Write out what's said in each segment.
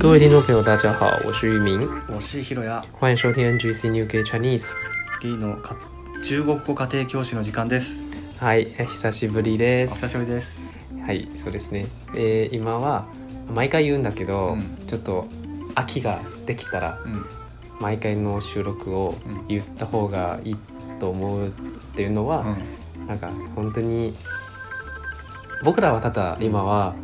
各位听众朋友，大家好，我是玉明，我是ひろや欢迎收听 NGC New Gay Chinese。リーのか中国語家庭教師の時間ですはい、え久しぶりでお久しぶす。りですはい、そうですね。えー今は毎回言うんだけど、うんちょっと秋ができたらうん毎回の収録をうん言った方がいいと思うっていうのは、なんか本当に僕らはただ今は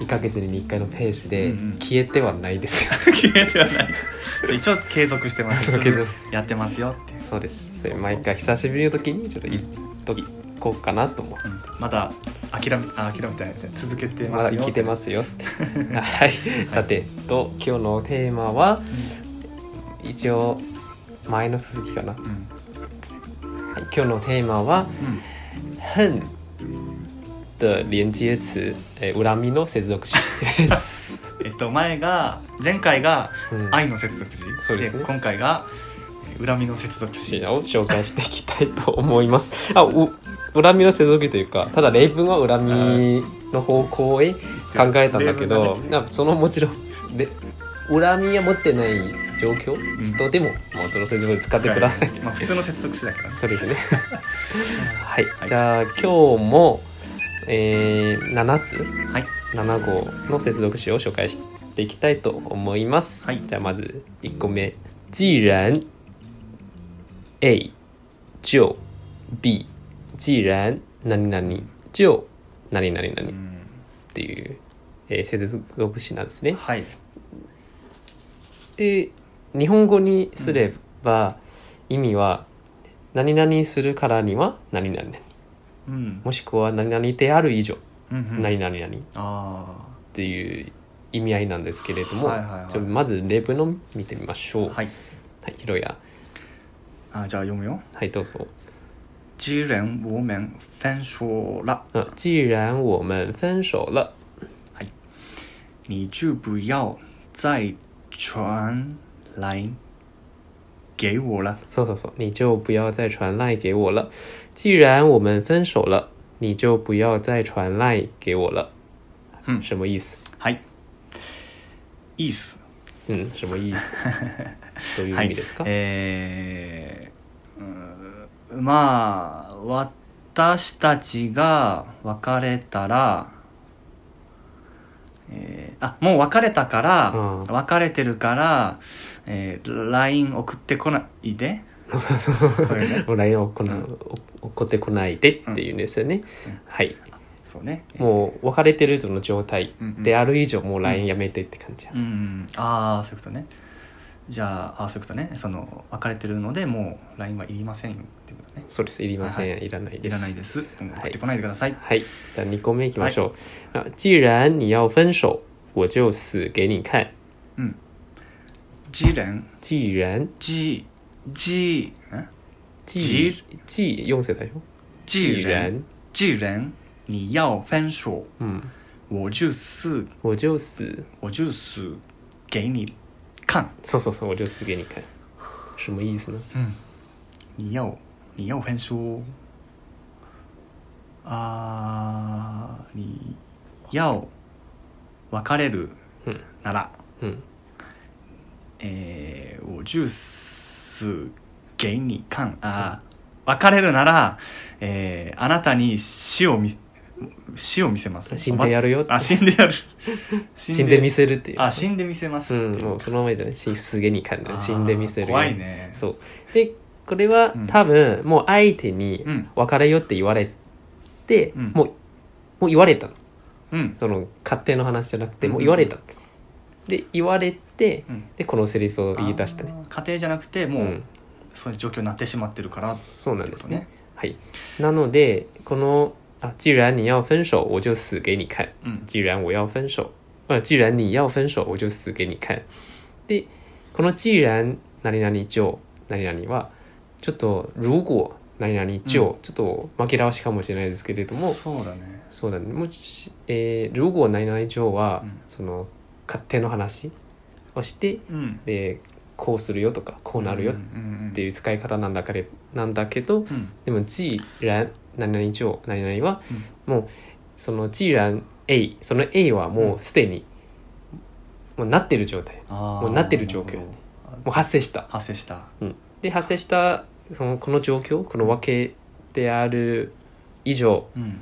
1ヶ月に1回のペースでうんうん消えてはないですよ、消えてはない 一応継続してま すそう継続やってますよっていう、そうですそれそうそう毎回久しぶりの時にちょっと言っとこうかなと思ううんまだ諦めあ諦めてない続けてままだすよ、生きてますすよって はい、さてと今日のテーマは一応前の続きかな、はいうんうん今日のテーマはうん「恨」的連接词えー恨みの接続詞 です、えっと前が前回がうん愛の接続詞、そうですね今回がえー恨みの接続詞を紹介していきたいと思います。あ、う恨みの接続詞というか、ただ例文は恨みの方向へ考えたんだけど、なそのもちろんで恨みは持ってない状況、ん人でももうその接続詞使ってください。まあ普通の接続詞だからそうです ね。はい、はいじゃあ今日も、えー、7つはい7号の接続詞を紹介していきたいと思います。はいじゃあまず1個目。既然 A 就 B 既然何々就何々う々っんていう、えー接続詞なんですね。はいで日本語にすれば意味は何々するからには何々うんもしくは何々である以上うんうん何々々っあていう意味合いなんですけれども、はいはいはいちょまず例文の見てみましょう。あはいはい、ひろや。あじゃあ読むよはい、どうぞ。知人无名分手了嗯，既然我们分手了，你就不要再传来给我了搜搜搜，你就不要再传赖给我了。既然我们分手了，你就不要再传赖给我了。嗯什么意思？はい意思嗯，什么意思？どういうは意い味ですか？えーうーんまあ私たちが別れたら、えーあもう別れたから、うん別れてるから、えー LINE 送ってこないでそうそうそうそういうね。もう LINE をこな、うお怒ってこないでっていうんですよね。うんはい。そうねもう別れてるその状態である以上、もう LINE やめてって感じや。うんうんああそういうことねじゃああーそういうことねその別れてるのでもう LINE はいりませんよっていうことねそうです。いりません。いらないいでらす。ないですうん送ってこないでください、はい、じゃあ2個目いきましょう。あ既然你要分手，我就死给你看。うん自然既然自自ん既既用谁来说？既然既然你要分手嗯，我就是我就死，我就是给你看そうそうそう，我就死给你看。什么意思呢？你要你要分手啊你要別れる嗯なら、嗯，えー、我就是给你看あー別れるなら、えー、あなたに死を見死を見せます死んでやるよあ死んでやる 死んで見せるっていう。あ死んで見せますうんって、いうもうそのままでね、死死给你看あー的、死んで見せるよ。怖いねそう。で、これはうん多分もう相手にうん別れよって言われて、うんもうもう言われたの。うんその勝手の話じゃなくてうんもう言われた、で言われて、うんでこのセリフを言い出したねあー家庭じゃなくてもう、うんそういう状況になってしまってるからそうなんですねってはいなのでこのあ既然你要分手我就死给你看ことね既然我要分手呃既然你要分手我就死给你看でこの既然何々就何々はちょっと如果何々就、ちょっと紛らわしいかもしれないですけれどうんもそうだねそうだね。もし、えー、如果何々上は、うんその勝手の話をしてうんでこうするよとかこうなるよっっていう使い方なんだけれなんだけどうんでも「自然何々上何々は」もうその「自然 A」その A はもうすでに、もうなってる状態あーもうなってる状況なほどもう発生した発生したで発生したそのこの状況このわけである以上うん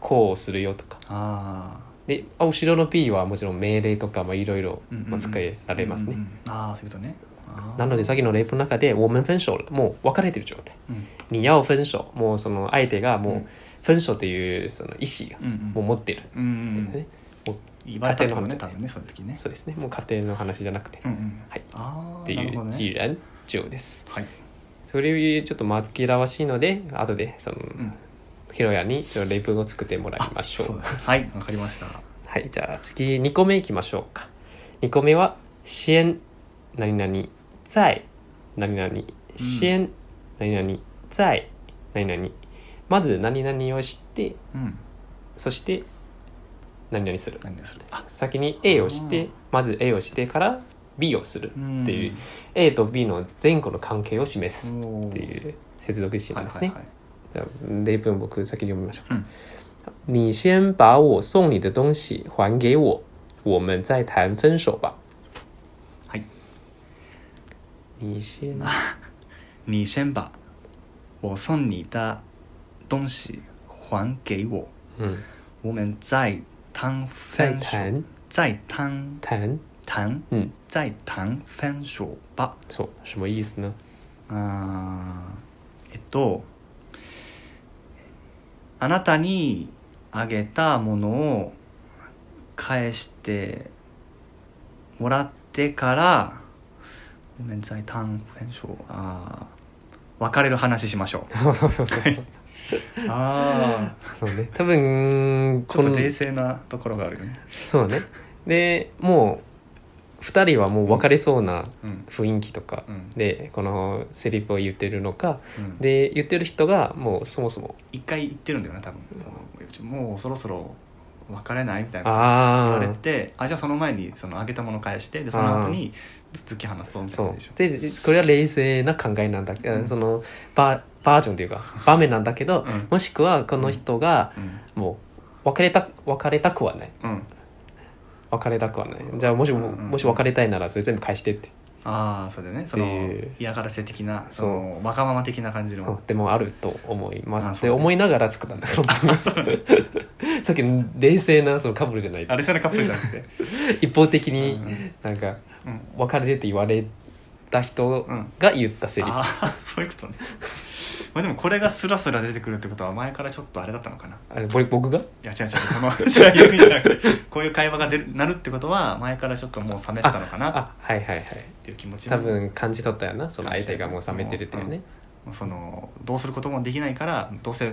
こうするよとかあであ後ろの P はもちろん命令とかまあいろいろうんうんうんまあ使えあられますね、ああそういうことねあーなのでさっきの例文の中で「我们分手了」もう別れてる状態うん「你要分手」もうその相手がうもんう分手というその意思がうんうんもう持ってるんうんうんですね、言われたってことね家庭の話多分ねその時ねそうですねもう家庭の話じゃなくてうんうんはいああってなるいほうど「ね自然上」ですはいそれちょっと紛らわしいので後でそのうんヒロヤにちょっと例文を作ってもらいましょうそうだはいわかりましたはい、じゃあ次2個目いきましょうか。2個目は、支援、何々、在、何々、支援、何々、在、何々。まず何々をして、うんそして何々する。何をするあ先に A をして、まず A をしてから B をする。っていう A と B の前後の関係を示すっっていう接続詞なんですはねいは。いはいじゃあ例文僕先に読みましょう。うん你先把我送你的东西还给我，我们再谈分手吧。はい你先你先把我送你的东西还给我，嗯，我们再谈再分手，谈再谈谈谈，嗯，再谈分手吧。错什么意思呢？あーえっとあなたにあげたものを返してもらってからごめんなさい単分手あー別れる話しましょそうそうそうそうそう。うああそうね。多分 ちょこっとの冷静なところがあるよねそうね。でもう二人はもう別れそうなうん雰囲気とかうんでこのセリフを言ってるのかうんで言ってる人がもうそもそも一回言ってるんだよな多分そのもうそろそろ別れないみたいな言わあれあてあじゃあその前にそのあげたもの返してでその後に続き話そうみたいなそでしょうでこれは冷静な考えなんだけど、うんそのバーバージョンというか場面なんだけど、うんもしくはこの人がうんもう別れた別れたくはないうん別れたくはないじゃあもしもうんもし別れたいならそれ全部返してって、ああそれでねそのっていう嫌がらせ的なそそうのわがまま的な感じそうのでもあると思いますあっそてう思いながら作ったんだけど さっきの冷静なそのカップルじゃないあれそれカップルじゃなくて一方的うにんなんかうん別れるって言われた人うんが言ったセリフ、ああそういうことねまあでもこれがスラスラ出てくるってことは前からちょっとあれだったのかないあこれ僕がや違う違う この違う逆にじゃなくてこういう会話が出るなるってことは前からちょっともう冷めてたのかなっあはいはいはいていう気持ちも多分感じ取ったよなその相手がもう冷めてるっていうね、そのどうすることもできないからどうせ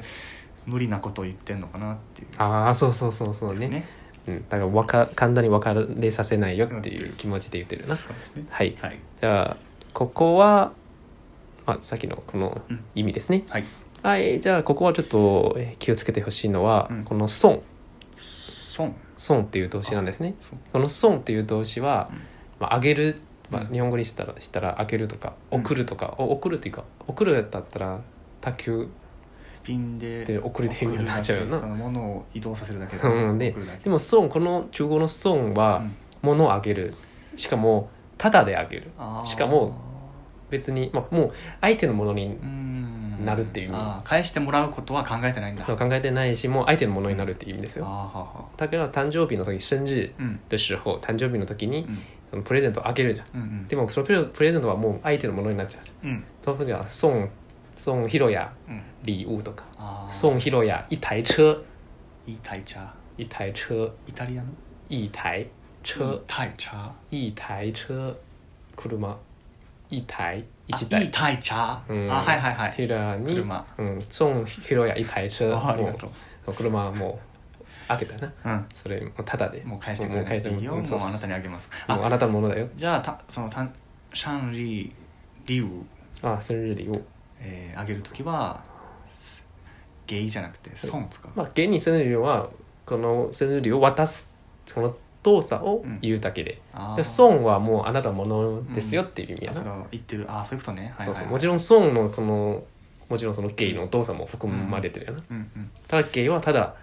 無理なことを言ってんのかなっていうああそうそうそうそうですねうん、だからわか簡単に別れさせないよっていう気持ちで言ってるな、そうですねはいはいじゃあここは、まあ、さっきのこのうん意味ですね、はいはいじゃあここはちょっとえー気をつけてほしいのは、うんこの「損損」 「損」っていう動詞なんですね損この「損」っていう動詞はうん、まあ、あげる、まあ、うん日本語にしたらしたら「あげる」とか「うん送る」とか「お送る」っていうか「送る」だったら卓球ピンでで送り電話になっちゃうよなそのものを移動させるだけうんで送るだけでも「損」この中国の「損」うはん物をあげるしかもタダであげるあーしかも別に、まあ、もう相手のものにうんなるっていう意味あー返してもらうことは考えてないんだ考えてないしもう相手のものになるっていう意味ですあよーはーはだから誕生日の時生日ーうん的时候誕生日の時にうんそのプレゼントをあげるじゃんうんうんでもそのプレプレゼントはもう相手のものになっちゃうじゃんうんその時は送送ヒロやうん礼物とかあー送ヒロや一台車イタイチャー一台車イタリアの一台イ車タイチャー一台車車一台一あイ台タイチャうーんあはいはいはいヒロヤに車うん送ヒロや一台車 あありがもとうう車はもうあげたなうんそれもうタダでもう返してくれなくていいよももう返うしてもあらなってたにあげますもうああなたのものだよじゃあたそのたシャンリーリュウあそれよりをえーあげるときはすゲイじゃなくて損を使う、まあ現にその量はこのその量を渡すこの動作をうん言うだけで,、あでー損はもうあなたのものですよっていう意味やあな、それを言ってるあーそういうことね、はいそはういそはうい、もちろん損のこのもちろんそのゲイのお父さんも含まれてるよな、うんうんただゲイはただ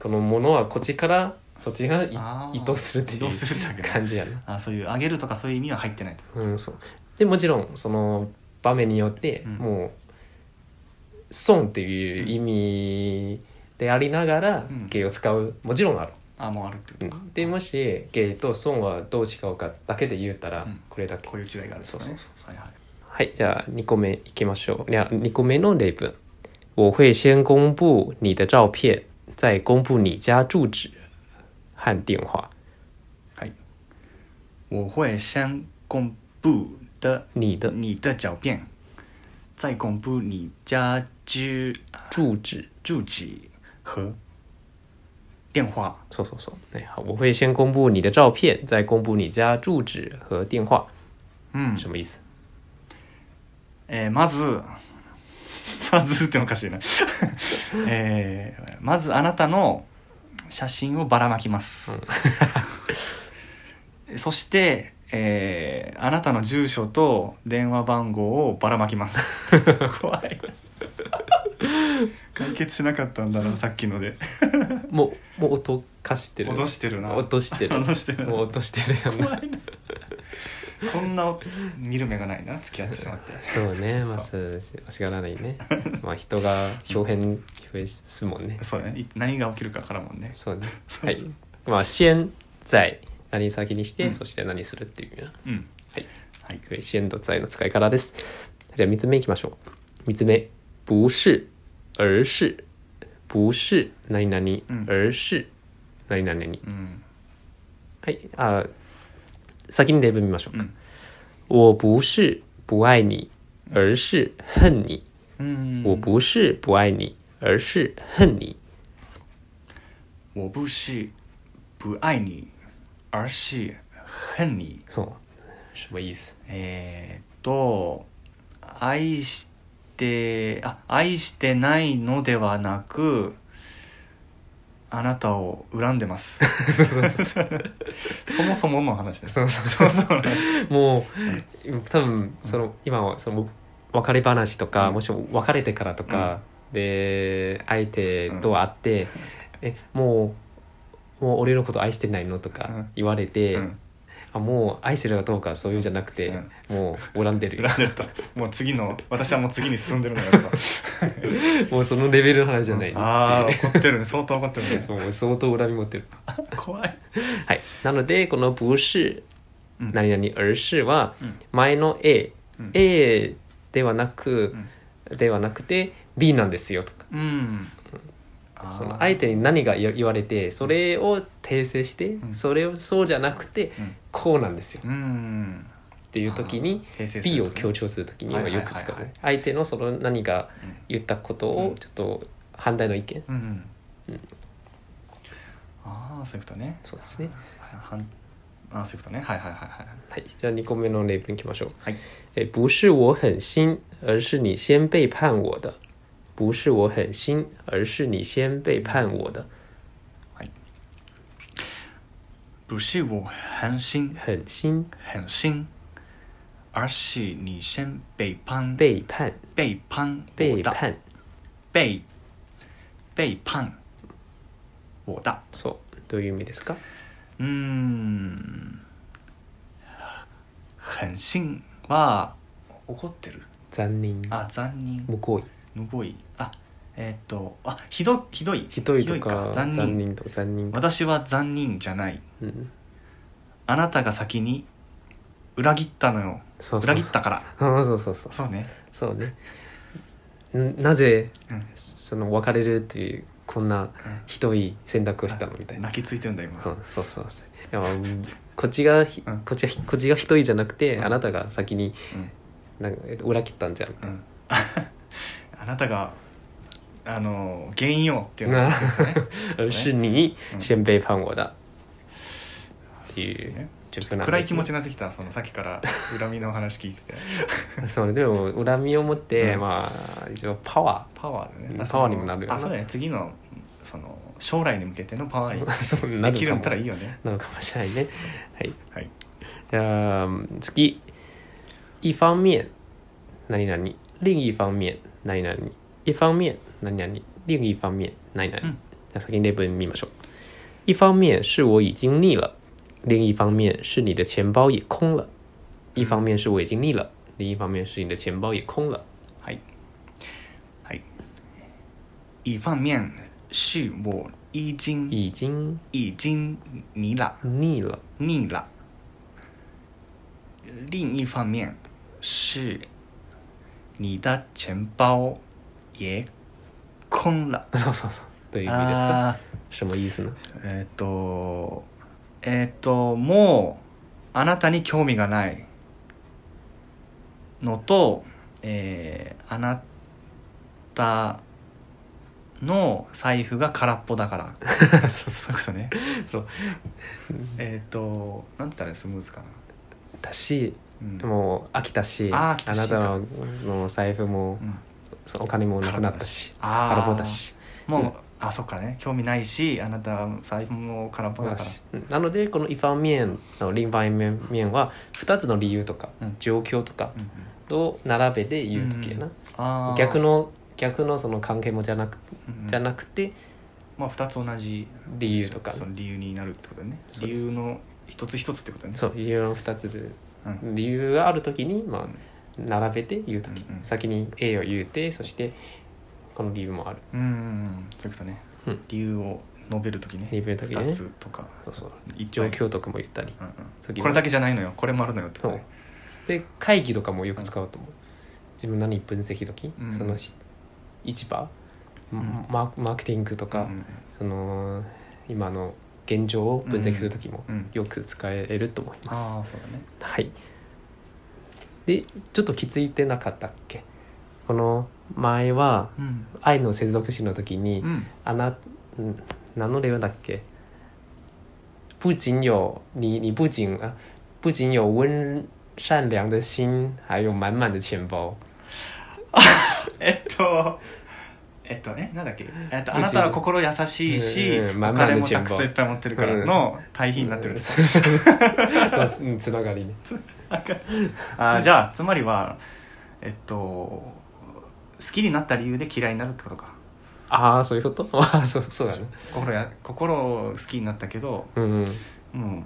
このものはこっちからそっちがいあー移動するっていどうすうるんだけど感じやな、あそういうあげるとかそういう意味は入ってないとうん、そうでもちろんその場面によってうんもう損っていう意味でありながらうんゲイを使うもちろんあるあもうあるってことか、でもしゲイと損はどう違うかだけで言ったらうんこれだけ、こういう違いがあるとかねそうそはいはいはいじゃあ2個目いきましょういや2個目の例文我会先公布你的照片再公布你家住址和电话はい我会先公布的你的你的照片再公布你家居住址住址和电话そうそうそう。哎，好，我会先公布你的照片，再公布你家住址和电话，うん什么意思？えーまず まずってのおかしいな、 えーまずあなたの写真をばらまきます、 そして、えーあなたの住所と電話番号をばらまきます 怖い解決しなかったんだなさっきのでもうもう音かしてる。脅してるな落としてる。脅してるなもう落としてるよ怖ね。いな こんな見る目がないな付き合ってしまってそうね、まあそうしがらないね。まあ人が表現表現するもんね。そうねい何が起きるかわからんもんねそうね。そうはい。まあ先在何先にして、うんそして何するっていうような。うんはい。はいはい支援と在の使い方です。じゃあ3つ目いきましょう。3つ目、不是、而是、不是、何々、うん而是、何々に。うんはい、あ、先に例文見ましょううか。ん我不是不爱你，而是恨你。うん我不是不爱你，而是恨你。我不是不爱你，而是恨你。そう。什么意思？えー、っと、愛して、あ、愛してないのではなく、あなたを恨ん でます。そうそうそう。そもそもの話です。そうそうそうの話。もう多分その今はその別れ話とか、うんもしも別れてからとか、で相手と会って「えもうもう俺のこと愛してないの?」とうかん言われて、うんあもう愛してるかどうかそういうんじゃなくて、もう恨んでるよ恨んでた。もう次の、私はもう次に進んでるのよ。ともうそのレベルの話じゃないああ、のっていう怒ってるね。相当怒ってるね。そう相当恨み持ってる。怖い。はい、なのでこの「不是」うん何々「而是」はうん前の A、うん A ではなく、ではなくて B なんですよとかうん。その相手に何が言言われてそれを訂正して、んそれをそうじゃなくて、うんこうなんですようん。っていう時にあー訂正する B とをね強調する時にはよく使うはいはいはいはね相手のその何が言ったことうんをちょっと反対の意見、うんうんああそういうことねそうですねははんああそういうことねはいはいはいはいはい、じゃあ2個目の例文いきましょうはいえ不是我狠心而是你先背叛我的不是我狠心而是你先背叛我的不是我狠心狠心狠心而是你先背叛背叛背叛背我的叛背背叛我的そうどういう意味ですかうん狠心は怒ってる残忍あ残忍無行為むごいあえーっとあひどひどいひどいとか残忍残忍とか残忍とか、私は残忍じゃないうん、あなたが先に裏切ったのよそうそうそう裏切ったからあ そうそうそうそうねそうねんなぜうんその別れるっていうこんなひどい選択をしたのみたいな、泣きついてるんだ今、うん、そうそうそういやうんこっちがひうんこっちがひこっちがひどいじゃなくてあなたが先にうんなんかえっと裏切ったんじゃんみうたいん、 あなたがあの原因をっていうの な、がう而です是ね你うん先背叛我だってそういですうね状況なんですね暗い気持ちになってきたそのさっ きから恨みの話聞いててそうねでも恨みを持って、うんまあ一応パワパワーでねうんあそパのワーにもなるよなあそうだね次のその将来に向けてのパワーにー そうなでるきかるんもだったらいいよねなのかもしれないね。はい。はいじゃあ、次。一方面、何々。另一方面、何々一方面何々另一方面何々、うんじゃあ先に例文見ましょう一方面是我已经腻了另一方面是你的钱包也空了一方面是我已经腻了另一方面是你的钱包也空了はい。はい。一方面是我已经已经已经腻了腻了 腻了，另一方面是你的钱包也空了。そうそうそうという意味ですかあ什么意思呢ーえっ、とえっ、ともうあなたに興味がないのと、えーあなたの財布が空っぽだから そうそういうことねそうえっ、となんて言ったらスムーズかな、だしうんもう飽きたしあー飽きたしなたのの財布もうんそのお金もなくなったしあー空っぽだしもう、うんあそっかね興味ないしあなたの財布も空っぽだだかしうんなのでこの一方面の另一方面は2つの理由とかうん、状況とからうんうんと並べて言う時やな、あー逆、の逆のその関係もじゃなくうんうんじゃなくてまあ2つ同じ理由とかその理由になるってことだねそう理です由の一つ一つってことだねそう理由の2つでうん、うん理由がある時にまあん並べて言う時、うんうん先に A を言うてそしてこの理由もあるうんうんそういうことね、うん理由を述べるときね述べる時ね2つとかそうそう一状況とかも言ったりうんうん、時これだけじゃないのよこれもあるのよってことそうねで会議とかもよく使うと思う自分何分析時、うんそのし市場、んマーマーケティングとか、うんその今の現状を分析する時もうんうんよく使えると思いあまあす、そうだねはいでちょっと気づいてなかったっけこの前はうん愛の接続詞の時に、うんあな、うん、何の例文だっけ不仅有你，你不仅啊，不仅有温善良的心，还有满满的钱包。えっとえっとねなんだっけ、えっと、あなたは心優しいし、うんうんお金もたくさんいっぱい持ってるからの対比になって るんですよ、つうんつながりね。あーじゃあつまりはえっと好きになった理由で嫌いになるってことかああ、そういうこと？ ああ、そうそうだね。心や心を好きになったけどうんうん、もう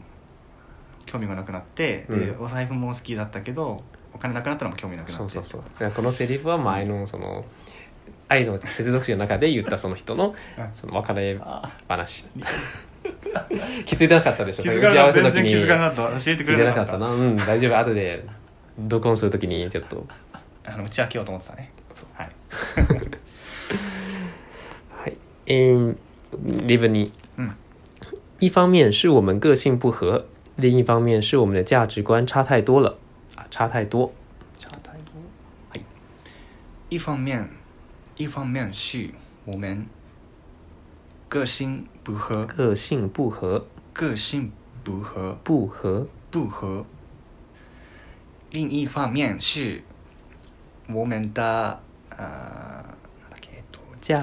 興味がなくなって、でうお財布も好きだったけどお金なくなったらもう興味なくなってそうそうそう。だからこのセリフは前のその愛の接続詞の中で言ったその人のうんその別れあ話。 気づいてなかったでしょ。気づかなかった全然気づかななかった教え気づてくいてれななかかっったな。たうん、大丈夫。後で録音するときにちょっと。あの打ち明けようと思ってたねはいはい。嗯，例文にうん一方面是我们个性不合，另一方面是我们的价值观差太多了啊，差太多。はい一方面一方面是我们个性不合个性不合，个性不合不合，不合。另一方面是我们的呃，なんだっけえっと价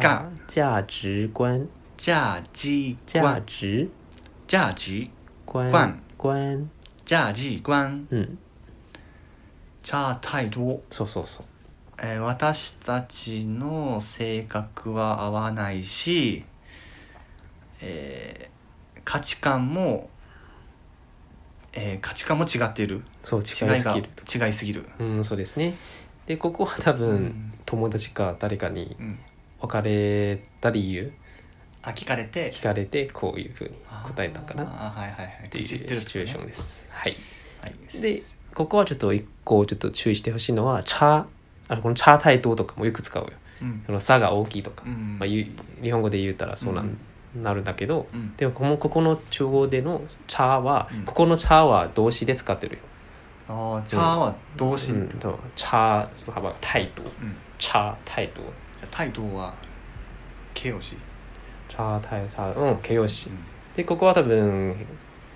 价值观，价值价观值价值观观观，价值观嗯，差太多。そうそうそう。えー私たちの性格は合わないし、えー価値観も、えー価値観も違っている。そう違違いいすがぎると。違いすぎる。うん、そうですね。で、ここは多分、うん友達か誰かにうん。別れた理由あ聞かれて聞かれてこういうふうに答えたんかなっあーはいはいはいていうシチュエーションで、ですす。はい。はい、でここはちょっと一個ちょっと注意してほしいのは「差」あのこの「差太多」とかもよく使うようんその差が大きいとか、うんまあ、ゆ日本語で言ったらそうなん、なるんだけどうんでもこのここの中央での「差」は、うんここの「差」は動詞で使ってるよあー「茶」は動詞、ううんん、じそう差その幅が太多差太多ゃあ態度は形容詞、差太差うん形容詞うん、でここは多分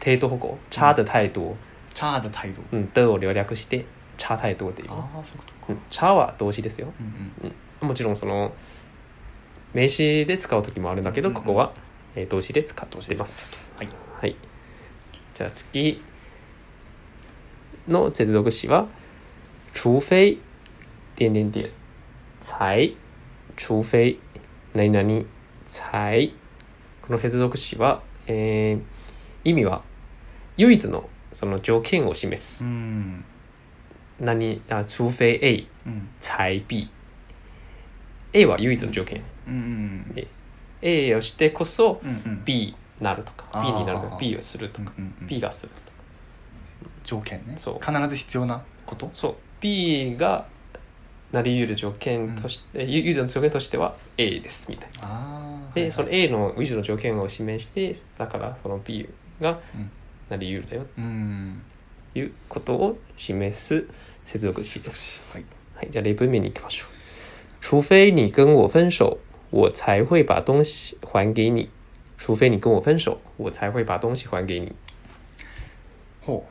程度歩行差的太多茶的態度うん的を略略して差太多っていうああそういうことか、うん差は動詞ですようんうん、もちろんその名詞で使う時もあるんだけど、うんうんここは、えー動詞で使ってます。はいはい。じゃあ次の接続詞は、除非、点点点。才除非何々才この接続詞は、えー意味は唯一のその条件を示す、うん何あ除非 A うん才 B A は唯一の条件うん A をしてこそうんうん B になるとかあー B になるとあかー B をするとかうんうんうん B がするとか条件ねそう必ず必要なことそう B がなり得る条件として、ゆ唯一の条件としては A ですみたいな。ああでその A の唯一の条件を示してだからその B がうんなり得るだようんということを示す接続詞です。はいはい、じゃあ例文面に行きましょう。除非你跟我分手，我才会把东西还给你。除非你跟我分手，我才会把东西还给你。ほう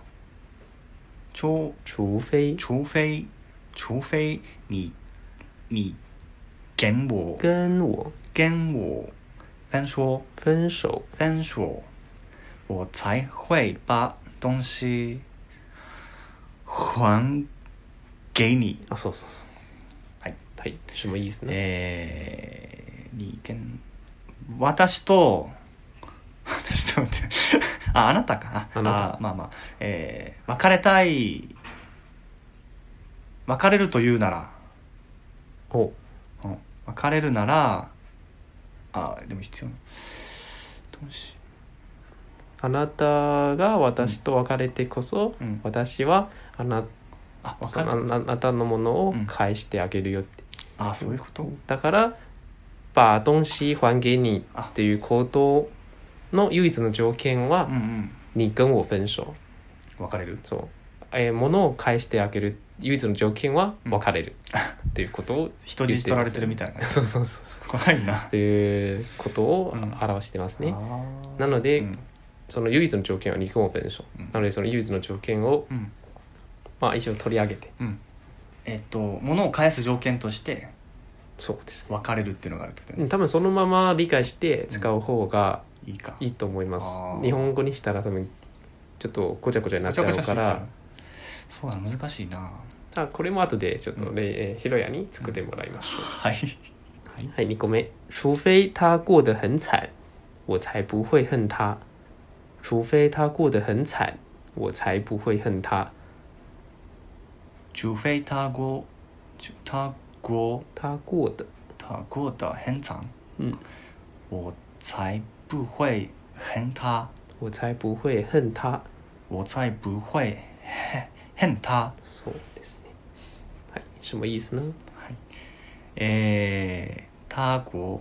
除除非除非除非你你跟我跟我跟我分手分手，分手，我才会把东西还给你。あ、そうそうそう。はい。はい、什么意思ね。えー、你跟私と私と待って ああなたかあなたまあまあえー、別れたい別れるというなら、お、うん、別れるならあでも必要などうしあなたが私と別れてこそ、うん私はあなあそ別れのたあなあなたのものをうん返してあげるよって。あそういうことだから、把东西还给你っていう行動の唯一の条件はうん、うん你跟我分手。別れるそう。えー、物を返してあげる唯一の条件はうん別れる、っていうことを 人質取られてるみたいなそうそうそうそう。怖いなっていうことをうん表してますね。あなーので、うんその唯一の条件は肉も文章、うんなのでその唯一の条件を、うんまあ、一応取り上げてうんえっと物を返す条件としてそうですね別れるっていうのがあるってことうねん、多分そのまま理解して使う方がいいかいいと思います、あー日本語にしたら多分ちょっとごちゃごちゃになっちごちゃゃごうちゃしかてきたららそうだな難しいなあこれも後でちょっと、うんえー、ひろやに作ってもらいましょう、はいはいはい2個目除非他过得很惨我才不会恨他除非他过得很惨我才不会恨他除非他国他国他过得他国的很惨嗯我才不会恨他我才不会恨他我才不会恨恨他そうですね。はい、什么意思呢？えー、他国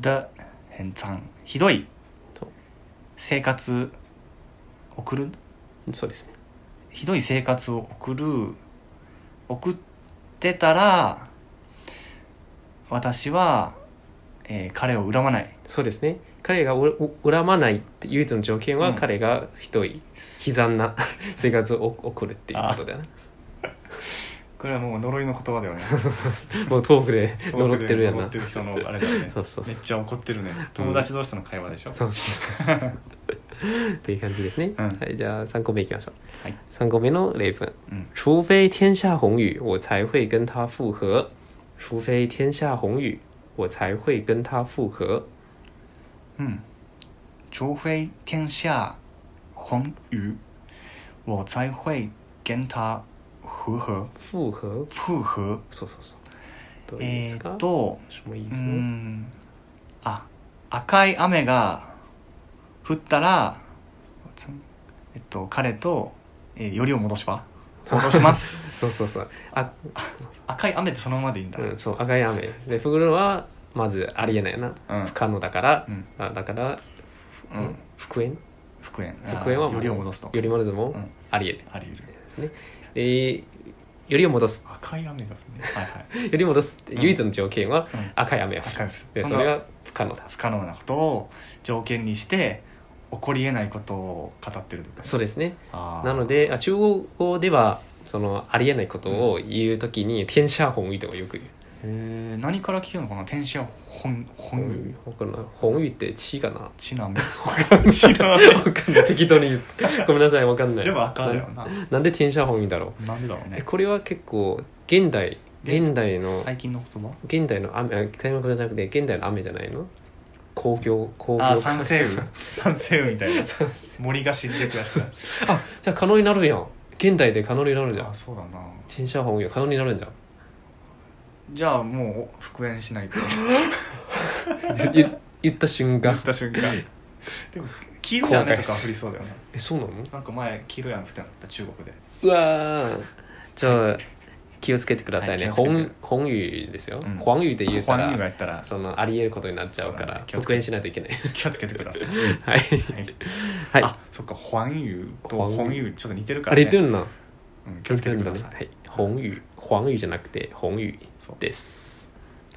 的很惨ひどいそう生活送るそうですね。ひどい生活を送る送ってたら私は、えー彼を恨まないそうですね。彼がおお恨まないって唯一の条件うはん彼がひどい悲惨な生活を送るっていうことだよね。これはもう呪いの言葉だよ ねもうトークで呪ってるやん怒なっ。てる人のあれだ よねそうそうそうめっちゃ怒ってるね友達同士の会話でしょ、そうそうそうそう。っていう感じですね。うんはい、じゃあ三個目いきましょう。はい三個目の例文。うん除非天下红雨，我才会跟他复合。除非天下红雨，我才会跟他复合。嗯，除非天下红雨，我才会跟他复合。复合复合，そうそうそう。どういう意味でえすーかっと、什么意う思ねん、あ、赤い雨が降ったら、つえっと彼と、えー、よりを戻しば戻 します。そうそうそう。あ、赤い雨ってそのままでいいんだ。うん、そう、赤い雨。で、フグロは、まずありえないよな。うん不可能だからう、ん、あだから、ううんん、復縁復縁。復縁はあーよりを戻すと。より戻すもうんありえあり得る。ない。で、よりを戻す。赤い雨が降るね。はいはい。より戻すって唯一の条件はうん、赤い雨を降赤るい雨です。で、そんそなれが不可能だ。不可能なことを条件にして起こりえないことを語ってるとかそうですね。あーなので、あ中国語では、そのありえないことを言うときに、天下本意とかよく言う。へー何から来てるのかな天使は本本うんわかんない本意って地かな。 地なめ地なわかんない適当に言ってごめんなさいわかんなめいでも赤だよなななんで天写本意だろなんでだろううえねこれは結構現代現代の最近の言葉現代の雨あ北山君じゃなくて現代の雨じゃないの公共公あ共ー酸性雨酸性雨みたいな そうそう森が死んでくやつだあじゃあ可能になるやん現代で可能になるじゃんあそうだな天津飯多いよ可能になるんじゃんじゃあもう復縁しないと言言った瞬言間った瞬間でも黄色い雨と後悔かす降りそうだよねえそうなのなんか前黄色い雨降ってなかった中国でうわーじゃあ気をつけてくださいね、はい気をつけ本て本湯ですよ、うん本湯で言った本人がらやったらそのありえることになっちゃうかそうだらね気をつ復けて縁しないとい けない気をつけてください、はい、はいはい、あそっか本湯と本本湯湯ちょっと似てるかあら、ね、れてんなうん、気をつけてください、はい本湯本湯じゃなくて本湯そうです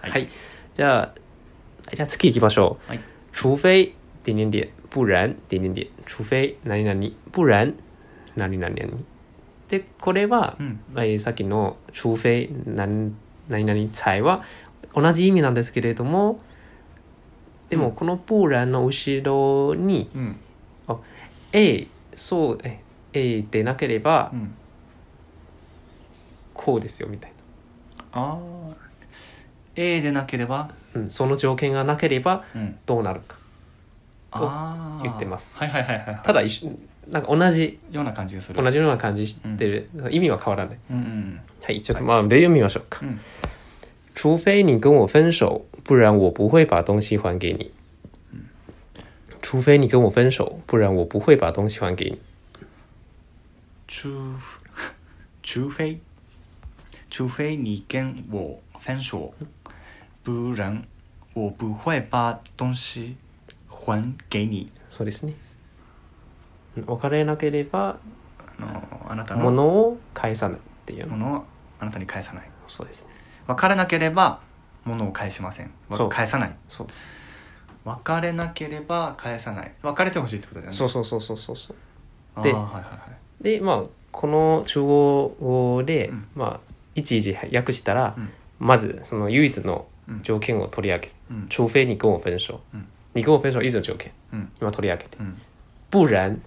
はいはいじゃあじゃあ次行きましょう、はい除非点点点不然点点点除非何々不然何々でこれは、うんまあえーさっきの除非何何々才は同じ意味なんですけれどもでもこの不然の後ろにうん「えい」そうえ「えい」でなければうんこうですよみたいああ A でなければ、な、うん、その条件がなければうん、どうなるかとあー言ってますはいはいはいはいただ一緒なんか同じような感じがする同じような感じしてる、意味は変わらないうんうんはいちょっとまあ例を見ましょうか、うん除非你跟我分手不然我不会把东西还给你除非你跟我分手不然我不会把东西还给你除除非除非你跟我分手，不然我不会把东西还给你。そうですねうん別れなければあのあなたのもの物を返さないっていうのをあなたに返さない。そうですね別れなければ物を返しません。わそう返さない。そうです別れなければ返さない。別れてほしいってことだよね。そうそうそうそうそうそうあーではいはいはい。でまあこの中国語で、うんまあいちいち訳したら、うんまずその唯一のうん条件を取り上げる、うん除非你跟我分手、うん你跟我分手以上条件うん今取り上げてうん不然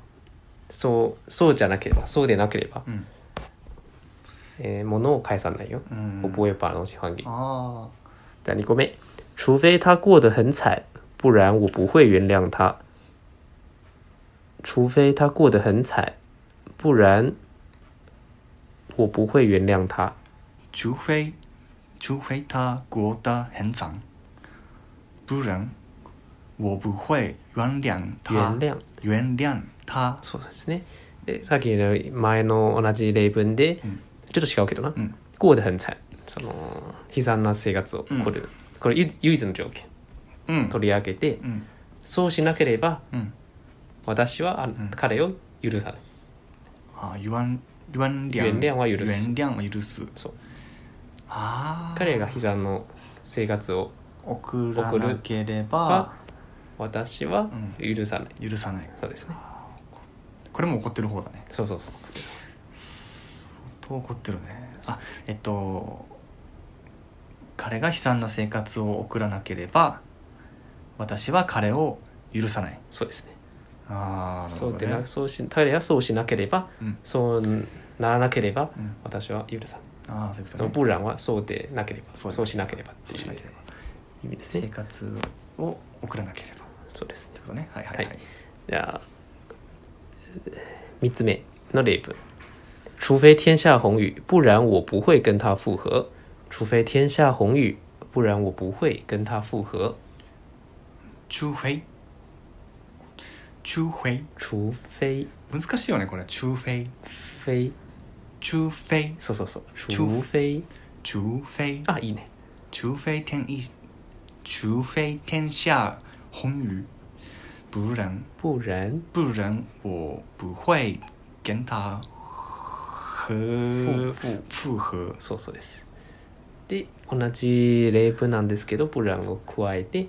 そうそうじゃなければそうでなければ、うんえー物を返さないよ、うん我不会把东西还给你。あじゃあ2個目除非他过得很惨不然我不会原谅他除非他过得很惨不然我不会原谅他ー除非除非他过得很惨，不然我不会原谅他。原谅原谅他。そうですねでさっきの前の同じ例文で、うんちょっと違うけどな、うん过得很惨その悲惨な生活を送る、これ唯唯一の条件うん。取り上げてうん。そうしなければうん。私はあ、彼を許さないあ、言わん、言わんりゃん。原谅は許す原諒は許す。そうああ。彼が悲惨の生活を送らなければは私は許さない、許さない。そうですねこれも怒ってる方だね。そうそうそう相当怒ってるね。あ、えっと、彼が悲惨な生活を送らなければ、私は彼を許さない。そうですねああ、なるそほうどでねな。そうし彼はそうしなければうん。そうならなければうん私は許さない、ああ、そういうこそのとね。ブランはそうでなければそうそう,、だねしなければっていそうしなうければ意味です生ね活を送らなければ。ってそうですねことね。はいはいははいい。じゃあ3つ目の例文除非天下红雨不然我不会跟他复合除非天下红雨不然我不会跟他复合除非除非除非難しいよねこれ除非非除非そうそうそう除除非除非あいいね除非天一除非天下红雨不然不然不然我不会跟他复和复复合そうそうですで同じ例文なんですけど不然を加えて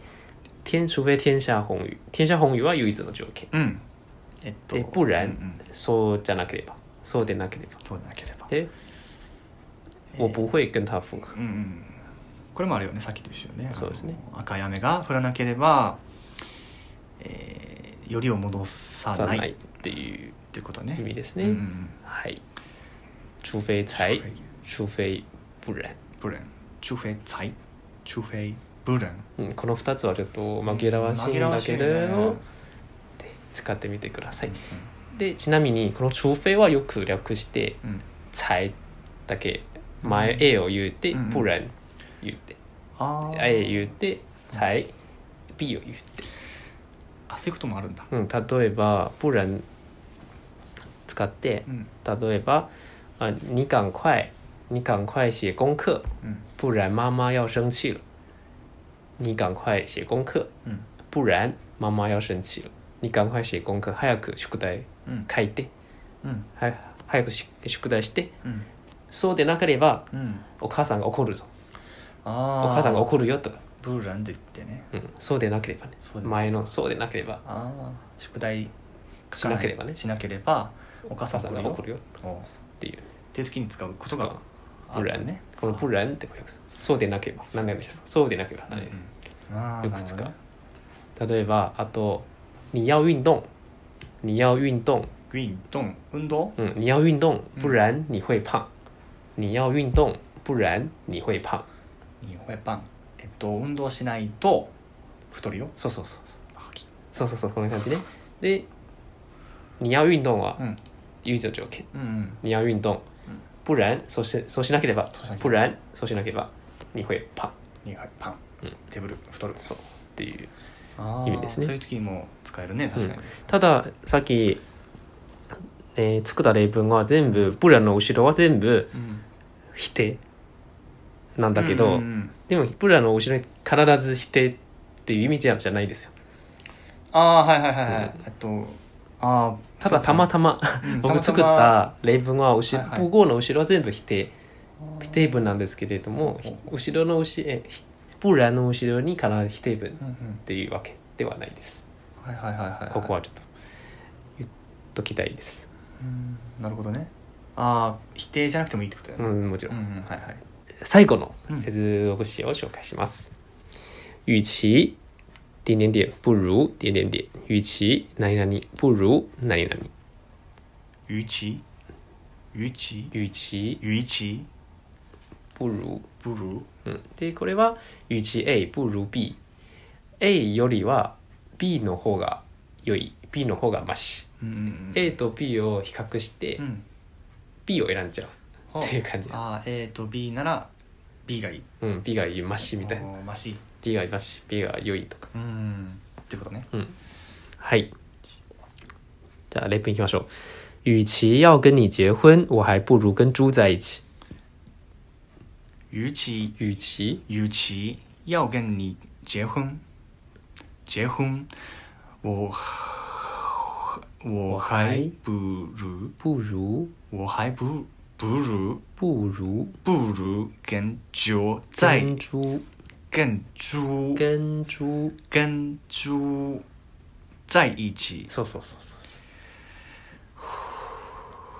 天除非天下红雨天下红雨は唯一の条件うんえっとで不然、うんうんそうじゃなければそうでなければそうでなければで我不会跟他复合うんうんこれもあるよねさっきと一緒よねそうですねあの赤い雨が降らなければ、えー、よりを戻さじゃなないいっっていうていうことね意味ですうね、んうんうんはい除非才除非除非不然不能，除非才，除非不能。うん、この2つはちょっと紛らわしいんだけれど、紛らわしいね使ってみてくださいうんでちなみにこの「チョフェ」はよく略してうんうん「才」だけ前 A を言うてう「んプラン」言うてあー A 言うて「才」B を言うて、あそういうこともあるんだ。うん、例えば「プラン」使ってうん例えば「あ你赶快你赶快写功课うん不然妈妈要生气了你赶快写功课うん不然妈妈要生气了。你赶快写功课，早く宿題うん書いて、うんはい早くし宿題して。うんそうでなければうん。お母さんが怒るぞ。おああ。母さんが怒るよとか。ブーランって言ってね。うん、そうでなければね。そうだね前のそうでなければああ。宿題しなければねしなければおお母さ母んさんがが怒怒るるよっよ。おうっていう。ていう時に使うことがあ不る然ね。この不然ってこれそうでなければ何でもいいじゃんそうでなければ何でもいいうんああよく使うなるほどね例えばあと你要運動你要運動運動運動嗯，你要运动，嗯不然你会胖。你要运动，不然你会胖。日本パンえっと運動しないと太るよそうそうそうそう。そうそうそうこんな感じね。で、你要运动はうん言うじゃん条件。うんうん你要运动うん，不然そうしそうしなければそうしなければ、不然そうしなければ你会胖。日本パンうん手ぶる太るそうっていう。あ意味ですねそういう時にも使えるね確かにたださっき。えー、作った例文は全部不然の後ろは全部うん否定なんだけど、うんうんでもプラの後ろに必ず否定っていう意味じゃじゃないですよああはいはいはいはいうんえっとああただたまたまうん僕たま作ったまた例文は後ろ、はいはい符号の後ろは全部否定否定文なんですけれどもひ後ろの後ろえひプラの後ろに必ず否定文っうんうんていうわけではないですはいはいはいはいいここはちょっと言っときたいですうんなるほどねああ否定じゃなくてもいいってことだうよねんもちろうんんうんはいはい最後のうん接続詞を紹介します与其点点点不如点点点与其何々不如何々ゆいちゆいち与其ゆいち不如、ブルーうん、でこれは与其 A 不如 B A よりは B の方が良い B の方がマシ、うんうんうん A と B を比較してうん B を選んじゃうっていう感じ、あー A と B なら B がいいうん、B がマシみたいなおーマシ B がマシ B が良いとかうんってことねはいじゃあ例文いきましょう与其要跟你结婚我还不如跟猪在一起ゆち与其ゆち要跟你结婚结婚我我还不如不如我还不不如不如不如跟猪在跟猪跟猪跟猪跟猪在一起そうそうそうそう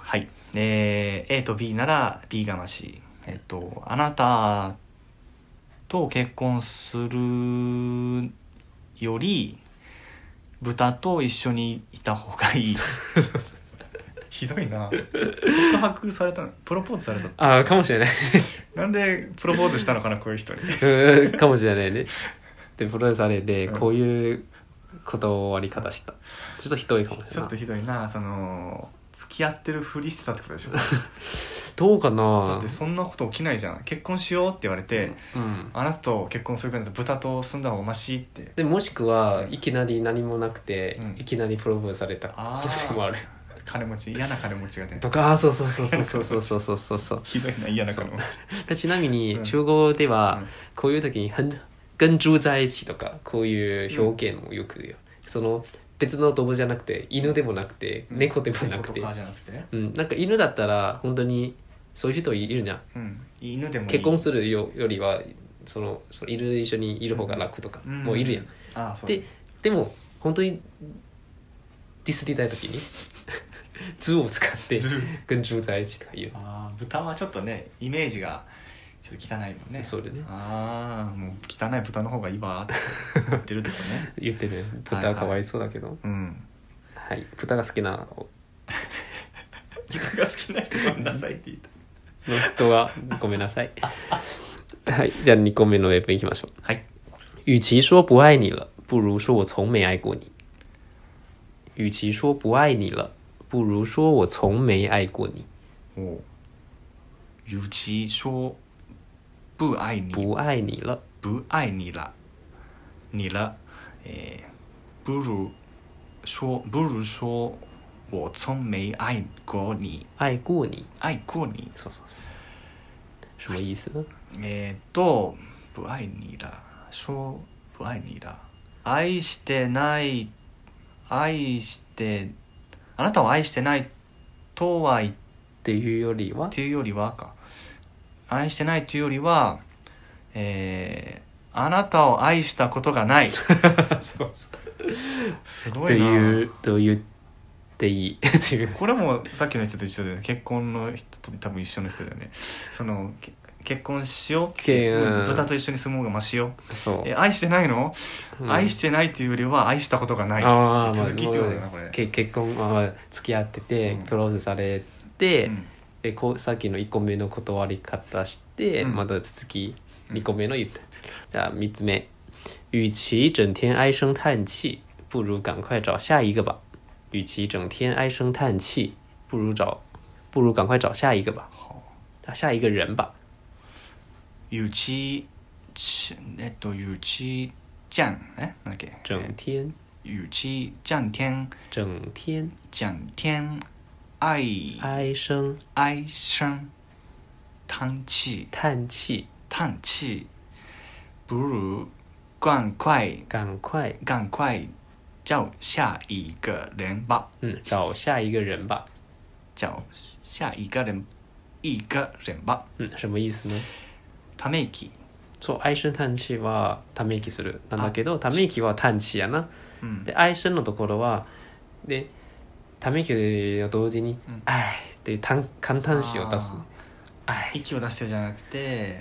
はい、えー A と B なら B がましえっとあなたと結婚するより豚と一緒にいた方がいい ひどいな告白されたのプロポーズされたああかもしれないなんでプロポーズしたのかなこういう人にうん かもしれないね。で、プロレスあれで、うんこういう断り方した。ちょっとひどいかもしちれょないっと。ひどいなその付き合ってるふりしてたってことでしょどうかだなってそんなこと起きないじゃん結婚しようって言われて、うん。あなたと結婚するくらいだと豚と住んだ方がましってで、もしくはう、んいきなり何もなくてうん、いきなりプロポーズされた可能性もある。金持ち嫌な金持ちがねとか、あーそうそうそうそうそうそうそうそうそうひどいな嫌な金持ちでちなみにう、ん中国でうはん、こういう時に、はん跟猪在一起とか、こういう表現もよく言うよ。その、別の動物じゃなくて、犬でもなくて、猫でもなくて猫と。かじゃなくてうん、なんか犬だったら本当にそういう人いるじゃんうん犬でもいい結婚するよよりはそのそのいる一緒にいる方が楽とか、んもういるやんああそうででも本当にディスりたい時 に「図」を使ってズー「群中在一」とか言うああ豚はちょっとねイメージがちょっと汚いもんねそうでねああもう汚い豚の方がいいわーって言ってるってこと ね言ってね豚はかわいそうだけどうんはい、豚が好きな豚が好きな人ごめんなさいって言った人はごめんなさいはい。じゃあ2個目の例文いきましょう。はい与其说不爱你了，不如说我从没爱过你。与其说不爱你了，不如说我从没爱过你。お与其说不爱你不爱你了，不爱你了，你了，诶，不如说不如说，我从没爱过你，爱过你，爱过你，そうそうそう什么意思呢？えっと不爱你了，说不爱你了，愛してない、愛して、あなたを愛してないとは言っっていうよりは っ、ていうよりはか愛してないというよりは、えーあなたを愛したこと がないそうそう。すごといいなうと言っていいという。これもさっきの人と一緒だよね結婚の人と多分一緒の人だよねそのけ結婚しようけうん豚と一緒に住もうがましよそううえ。愛してないの、うん愛してないというよりは愛したことがないあー続きってことだよなこまあれ、け結婚、まあまあ、付き合っててうんプロポーズされて、うんでこうさっきの1個目の断り方して、うんまた続きうん2個目の言った、じゃあ3つ目与其整天唉声叹气不如赶快找下一个吧与其整天唉声叹气不如找不如赶快找下一个吧啊下一个人吧ゆちちえっとゆちちゃんえなんだっけ整天ゆちちゃんてん整天讲天爱唉声哀声，叹气叹气叹气，不如赶快赶快赶快找下一个人吧，嗯找下一个人吧找下一个人一个人吧。嗯什么意思呢ため息，そう愛声叹气はため息するなんだけどため息は叹気やな嗯，で愛してるのところはでため息を同時にうん「あい」っていう単簡単詞を出す「あい息を出してるじゃなくて、」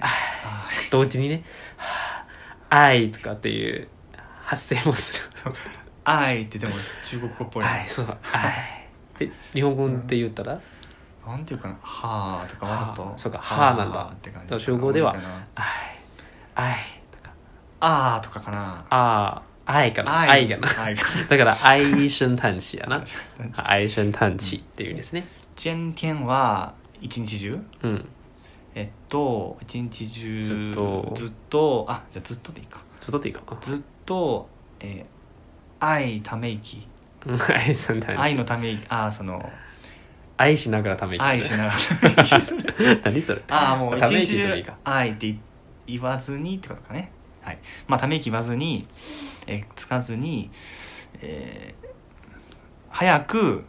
同時にね「はああい」とかっていう発声もする愛ってでも中国語っ「ぽいな。あい」そう「あい」で日本語で言ったらなんていうかな、はあとかわざはとあ。そうかはあなんだって感だからじ。集合では多いかな「あい」「あい」とかあーとかか「。なああ」「あい」かな「あい」がな 愛がだ から「愛声叹气」やな「な。 愛声叹气」っていうんですね全天は一日中うんえっと一日中ずっとずっとあじゃあずっとでいいかちょっとでいいかなずっと、えー愛ため息うん愛声叹愛氣のため息あその愛しながらため息す愛るしながらため息する何それ ああもう一ため日息じゃない中か愛って言わずにってことかねはいまあため息言わずに、えーつかずに、えー早く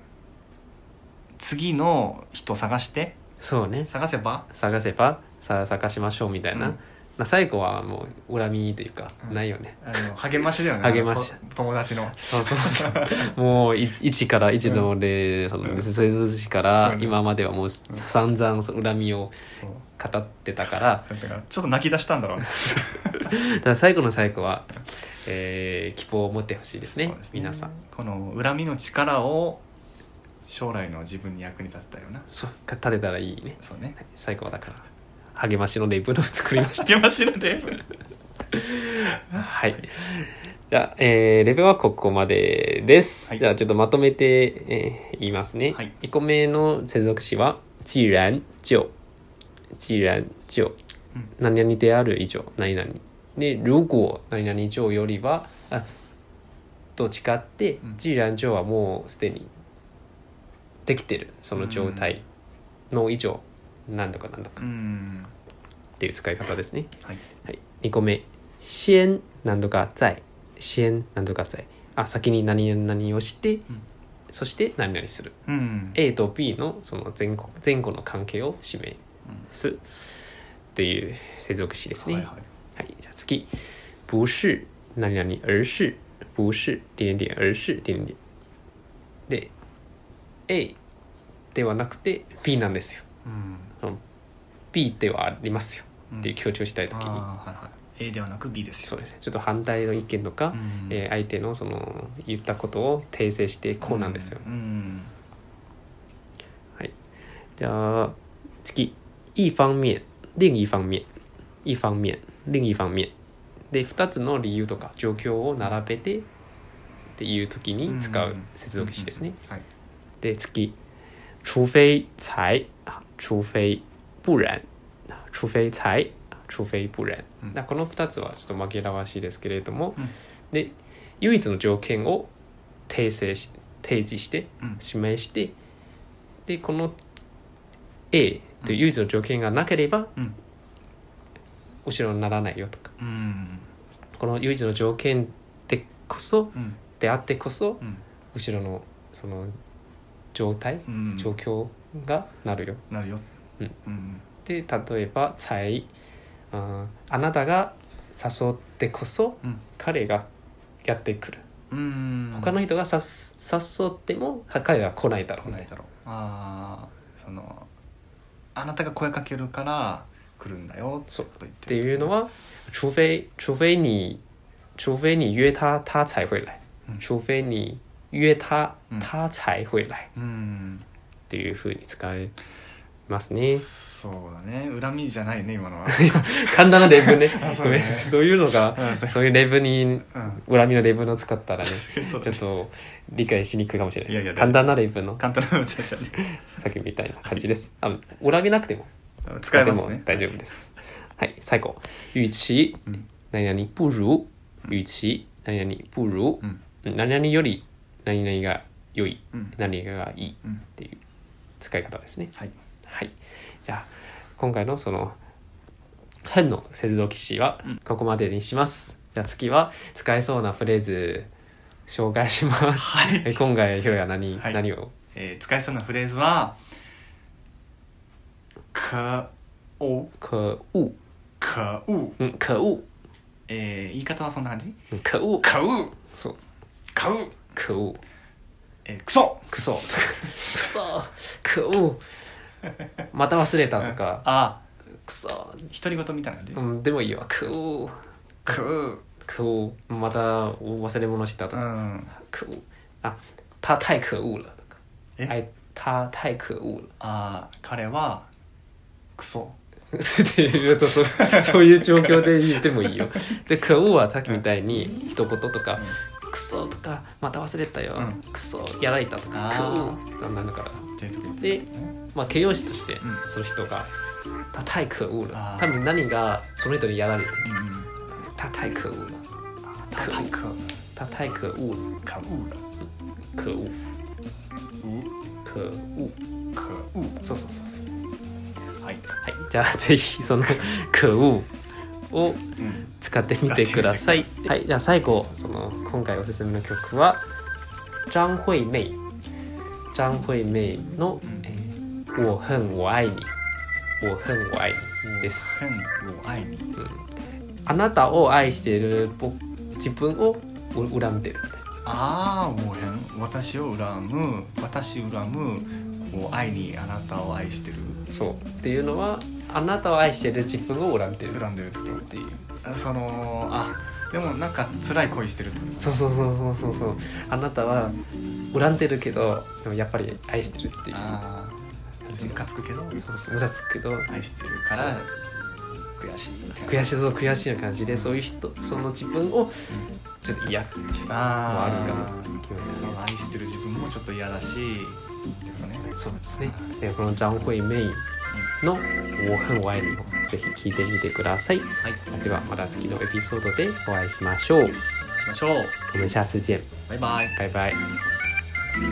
次の人探してそうね探せば探せばさ探しましょうみたいな、うんまあ最後はもう恨みというか、うんないよねあの励ましだよね励ましあのこ友達のそうそうそうもうい一から一の例、その生存史かそらうね今まではもう散々その恨みをそう語ってたからだからちょっと泣き出したんだろうねだから最後の最後は、えー希望を持ってほしいですねそうですね皆さんこの恨みの力を将来の自分に役に立てたよなそう立てたらいいねそうね最後はだから励ましの例文を作りました励ましのレブはい。じゃあ、えーレベルはここまでです。はいじゃあ、ちょっとまとめて、えー言いますね。はい1個目の接続詞は、既然就。既然就うん。何々である以上、何々。で、如果何々就よりは、あどっちかってうん、既然就はもうすでにできてる。その状態の以上、なんとかなんとかうんっていう使い方ですね。はいはい、2個目先何とか在先何とか在あ先に何々をして、そして何々するうん A と B のその前後前後の関係を示すっていう接続詞ですね、はいははいい、じゃあ次。不是何々而是不是点点点而是点点点。で、A ではなくて B なんですよ。うんその B ではありますようんっていう強調したいとあきーに、はいはい A ではなく B ですそようですね。ちょっと反対の意見とか、うんえー相手のその言ったことを訂正してこうなんですよ。うんはい。じゃあ次。一方面、另一方面。一方面另一方面で2つの理由とか状況を並べてっていう時に使う接続詞ですね。はいで次除非才あ除非不然あ除非才あ除非不然、うんだこの2つはちょっと紛らわしいですけれども、うんで唯一の条件を訂正し提示してうん示してでこの A という唯一の条件がなければ、うん後ろにならないよとかうんこの唯一の条件でこそうんであってこそうん後ろのその状態うん状況がなるよ。なるようんうんで例えば「才」あーあなたが誘ってこそうん彼がやってくる」うん他の人がさす誘ってもは彼は来ないだろう来みなたいいなだろうああそのあなたが声かけるから来るんだよそうと言っってていうのは除非除非你除非你约他他才会来うん除非你约他うん他才会来うんっていうふうに使いますねそうだね恨みじゃないね今 のは簡単な例 文ねそう ねそういうのがうんそうそういう例文にうん恨みの例文を使ったらねそうちょだっと理解しにくいかもしれないですいやいや簡単な例文の簡単な歌じゃ ねさっきみたいな感じです。あの恨みなくても使えてますもね大丈夫です。はい、最後。与其うん何々不如、与其何々不如う、ん何々より何々が良い、うん何々がいいっうんていう使い方ですね。はいはい。じゃあ、今回のその、変の接続詞はここまでにします。じゃあ次は使えそうなフレーズ紹介します。はいえ今回ヒロが何、はい何をえー使えそうなフレーズは「かお可恶、かううん、可恶、」えー言い方はそんな感じうん可恶「かうそう」 「かう可恶」えー「くそクソクソ可恶また忘れたと」かあクソー独り言みたいな感じうんでもいいよ可恶「かう」可恶また忘れ物したとうかん可恶あ他太可恶了とかえ哎他太可恶了 あー彼は「くそっていうとそうそういう状況で言ってもいいよで可恶はさっきみたいに一言とかクソとかまた忘れたようんクソやられたとかあ可ー恶となるから」っていうとこにでまあ、形容詞としてんその人が「たたいくうらあ」ー多分何がその人にやられてるう「んたたいくうら」 「たたく」 「たたいくうら「かうら」 「くう」 「う」 「くう」 「かうそうそうそうそう」はいはいじゃあぜひその 「くう」をうん使ってみてください使はいじゃあ最後その今回おすすめの曲は張惠妹張惠妹のうんえー「我恨我愛你」「我恨我愛你」です天を愛にあなたを愛している僕自分をう恨んでるみたいなああもう変私を恨む私を恨むもう愛にあなたを愛してるそうっていうのはあなたを愛している自分を恨んでる恨んでるってこっていうとそのあでもなんか辛い恋してるってことそうそうそうそうそうそうあなたは恨んでるけどでもやっぱり愛してるっていうああムカつくけどそうそうムカつくけど愛してるからそう悔しいみたいな悔しそう悔しいな感じでそういう人その自分をちょっと嫌っていうのもああーるかも気持ちその愛してる自分もちょっと嫌だしってことねそうですね。でこのジャンホイメイの「我恨我愛你」をぜひ聞いてみてください。はいではまた次のエピソードでお会いしましょう。しましょう我们下次见，バイバイ拜拜。